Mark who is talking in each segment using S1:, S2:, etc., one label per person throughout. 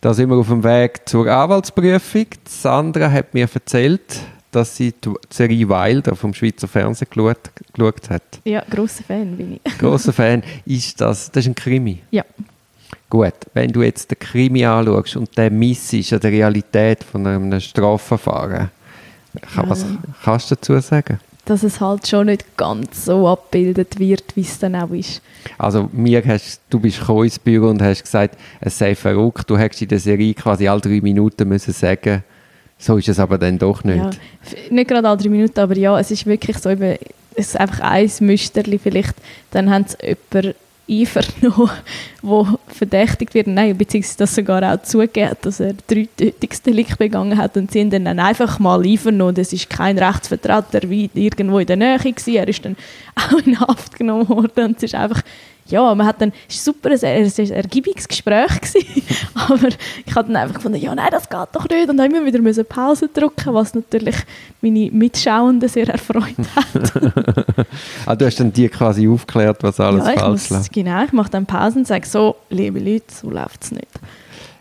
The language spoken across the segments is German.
S1: Da sind wir auf dem Weg zur Anwaltsprüfung. Sandra hat mir erzählt, dass sie die Serie Wilder vom Schweizer Fernsehen geschaut, geschaut hat.
S2: Ja, grosser Fan bin ich.
S1: Großer Fan. Ist das, das ist ein Krimi.
S2: Ja.
S1: Gut, wenn du jetzt den Krimi anschaust und den missest an der Realität von einem Strafverfahren, kann, was kannst du dazu sagen?
S2: Dass es halt schon nicht ganz so abgebildet wird, wie es dann auch ist.
S1: Also mir hast, du bist gekommen ins Büro und hast gesagt, es sei verrückt, du hättest in der Serie quasi alle drei Minuten müssen sagen, so ist es aber dann doch nicht.
S2: Ja. F- Nicht gerade alle drei Minuten, aber ja, es ist wirklich so, eben, es ist einfach ein Müsterli vielleicht, dann haben sie jemanden einvernommen, der verdächtigt wird. Nein, beziehungsweise das sogar auch zugegeben, hat, dass er dreideutiges Delikt begangen hat und sie ihn dann einfach mal einvernommen. Das ist kein Rechtsvertreter, wie irgendwo in der Nähe war. Er ist dann auch in Haft genommen worden und es ist einfach ja, man hat dann, es war super, es war ein ergiebiges Gespräch, gewesen, aber ich habe dann einfach gefunden, ja, nein, das geht doch nicht und dann immer wieder müssen Pause drücken, was natürlich meine Mitschauenden sehr erfreut hat.
S1: Ah, du hast dann dir quasi aufgeklärt, was alles
S2: ja, ich
S1: falsch läuft.
S2: muss, genau, ich mache dann Pause und sage so, liebe Leute, so läuft es nicht.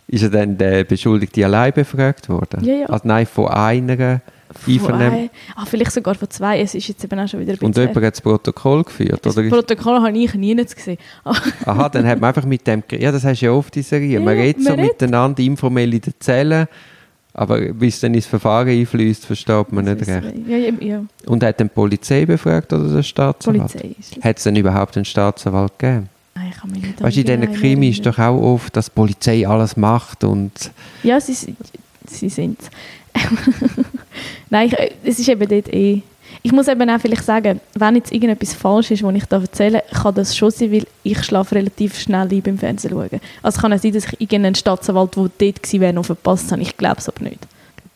S1: Ist er dann der Beschuldigte allein befragt worden?
S2: Ja, ja.
S1: Also nein, von einer Einvernehmen.
S2: Von ein- ah, vielleicht sogar von zwei, es ist jetzt eben auch schon wieder ein
S1: Und jemand hat das Protokoll geführt,
S2: das
S1: oder? ist-
S2: Protokoll habe ich nie gesehen. Aber
S1: Aha, dann hat man einfach mit dem... Ja, das hast du ja oft in Serien. Man
S2: Ja,
S1: redet so
S2: man redet.
S1: miteinander informell in der Zelle, aber wie es dann ins Verfahren einfließt, versteht man nicht
S2: das
S1: recht.
S2: ist- Ja, ja, ja,
S1: Und hat dann die Polizei befragt oder der Staatsanwalt?
S2: Polizei ist das.
S1: Hat es denn überhaupt einen Staatsanwalt gegeben?
S2: Nein, ich kann mich nicht
S1: weißt du, in
S2: an
S1: diesen
S2: genau
S1: Krimi ist
S2: erinnern.
S1: doch auch oft, dass die Polizei alles macht und...
S2: Ja, sie, sie sind Nein, ich, äh, es ist eben dort eh... Ich muss eben auch vielleicht sagen, wenn jetzt irgendetwas falsch ist, was ich da erzähle, kann das schon sein, weil ich schlafe relativ schnell ein beim Fernsehen schauen. Also kann es sein, dass ich irgendeinen Staatsanwalt, der dort gewesen wäre, noch verpasst habe. Ich glaube es aber nicht.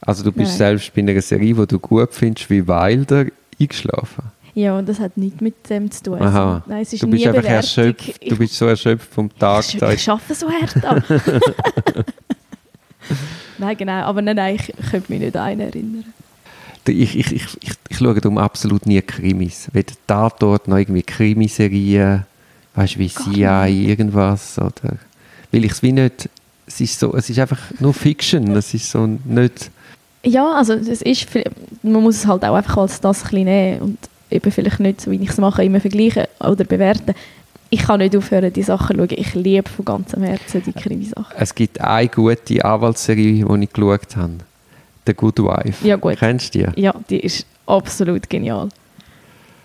S1: Also du bist
S2: Nein.
S1: selbst bei einer Serie, die du gut findest, wie Wilder, eingeschlafen.
S2: Ja, und das hat nichts mit dem zu tun.
S1: Aha.
S2: Also, nein, es ist
S1: Du bist
S2: nie
S1: einfach
S2: Bewertung.
S1: erschöpft.
S2: Ich,
S1: Du bist so erschöpft vom Tag.
S2: ich,
S1: da
S2: ich
S1: ist-
S2: arbeite so hart an. nein, genau. Aber nein, nein, ich, ich könnte mich nicht an einen erinnern.
S1: Ich, ich, ich, ich, ich schaue darum absolut nie Krimis. Weder Tatort noch irgendwie Krimiserien, weißt du, wie
S2: Gar
S1: CIA, irgendwas. Oder, weil ich es wie nicht. Es ist, so, es ist einfach nur Fiction. Es ist so nicht.
S2: Ja, also es ist, viel- man muss es halt auch einfach als das ein bisschen nehmen und eben vielleicht nicht, so wie ich es mache, immer vergleichen oder bewerten. Ich kann nicht aufhören, die Sachen zu schauen. Ich liebe von ganzem Herzen die Krimi-Sachen.
S1: Es gibt eine gute Anwaltsserie, die ich geschaut habe. The Good Wife.
S2: Ja, gut.
S1: Kennst du die?
S2: Ja, die ist absolut genial.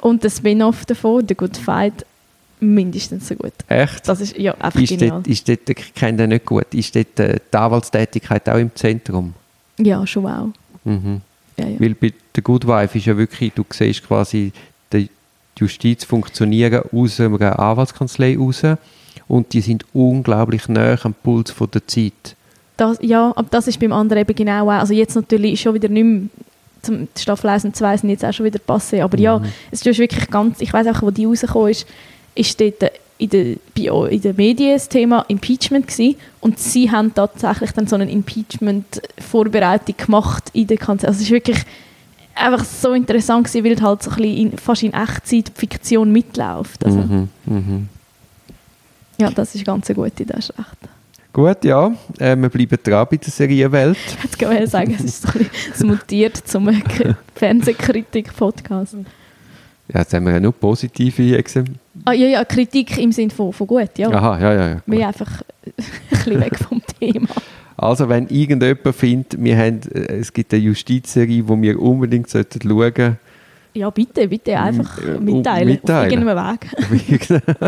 S2: Und der Spin-off davon, The Good Fight, mindestens so gut.
S1: Echt?
S2: Das ist ja einfach
S1: Ist
S2: genial.
S1: dort, ist dort, ich kenne den nicht gut. Ist dort äh, die Anwaltstätigkeit auch im Zentrum?
S2: Ja, schon auch.
S1: Mhm.
S2: Ja, ja.
S1: Weil bei der Good Wife ist ja wirklich, du siehst quasi die Justiz funktionieren aus einer Anwaltskanzlei raus und die sind unglaublich nah am Puls von der Zeit.
S2: Das, ja, aber das ist beim anderen eben genau auch. Also jetzt natürlich schon wieder nicht mehr, zum die Staffel 1 und 2 sind jetzt auch schon wieder passé, aber ja, es ist wirklich ganz, ich weiß auch, wo die rausgekommen ist, ist dort äh, in der, bei, o- in den Medien das Thema Impeachment gewesen. und sie haben tatsächlich dann so eine Impeachment-Vorbereitung gemacht in der Kanzlei. Also es ist wirklich einfach so interessant gewesen, weil halt so ein bisschen in, fast in Echtzeit die Fiktion mitläuft. Also,
S1: Mhm. Mhm.
S2: Ja, das ist ganz eine gute, das ist recht.
S1: Gut, ja, äh, wir bleiben dran bei der Serienwelt.
S2: Ich hätte gerne sagen, es ist so ein bisschen, es mutiert zum K- Fernsehkritik-Podcast.
S1: Ja, jetzt haben wir ja nur positive Exemplare.
S2: Ah, ja, ja, Kritik im Sinne von, von gut, ja.
S1: Aha, ja, ja, ja. gut.
S2: Wir einfach ein bisschen weg vom Thema.
S1: Also, wenn irgendjemand findet, wir haben, äh, es gibt eine Justizserie, die wir unbedingt sollten schauen sollten,
S2: Ja, bitte, bitte, einfach
S1: M- äh,
S2: Mm, mitteilen,
S1: mitteilen.
S2: auf irgendeinem Weg.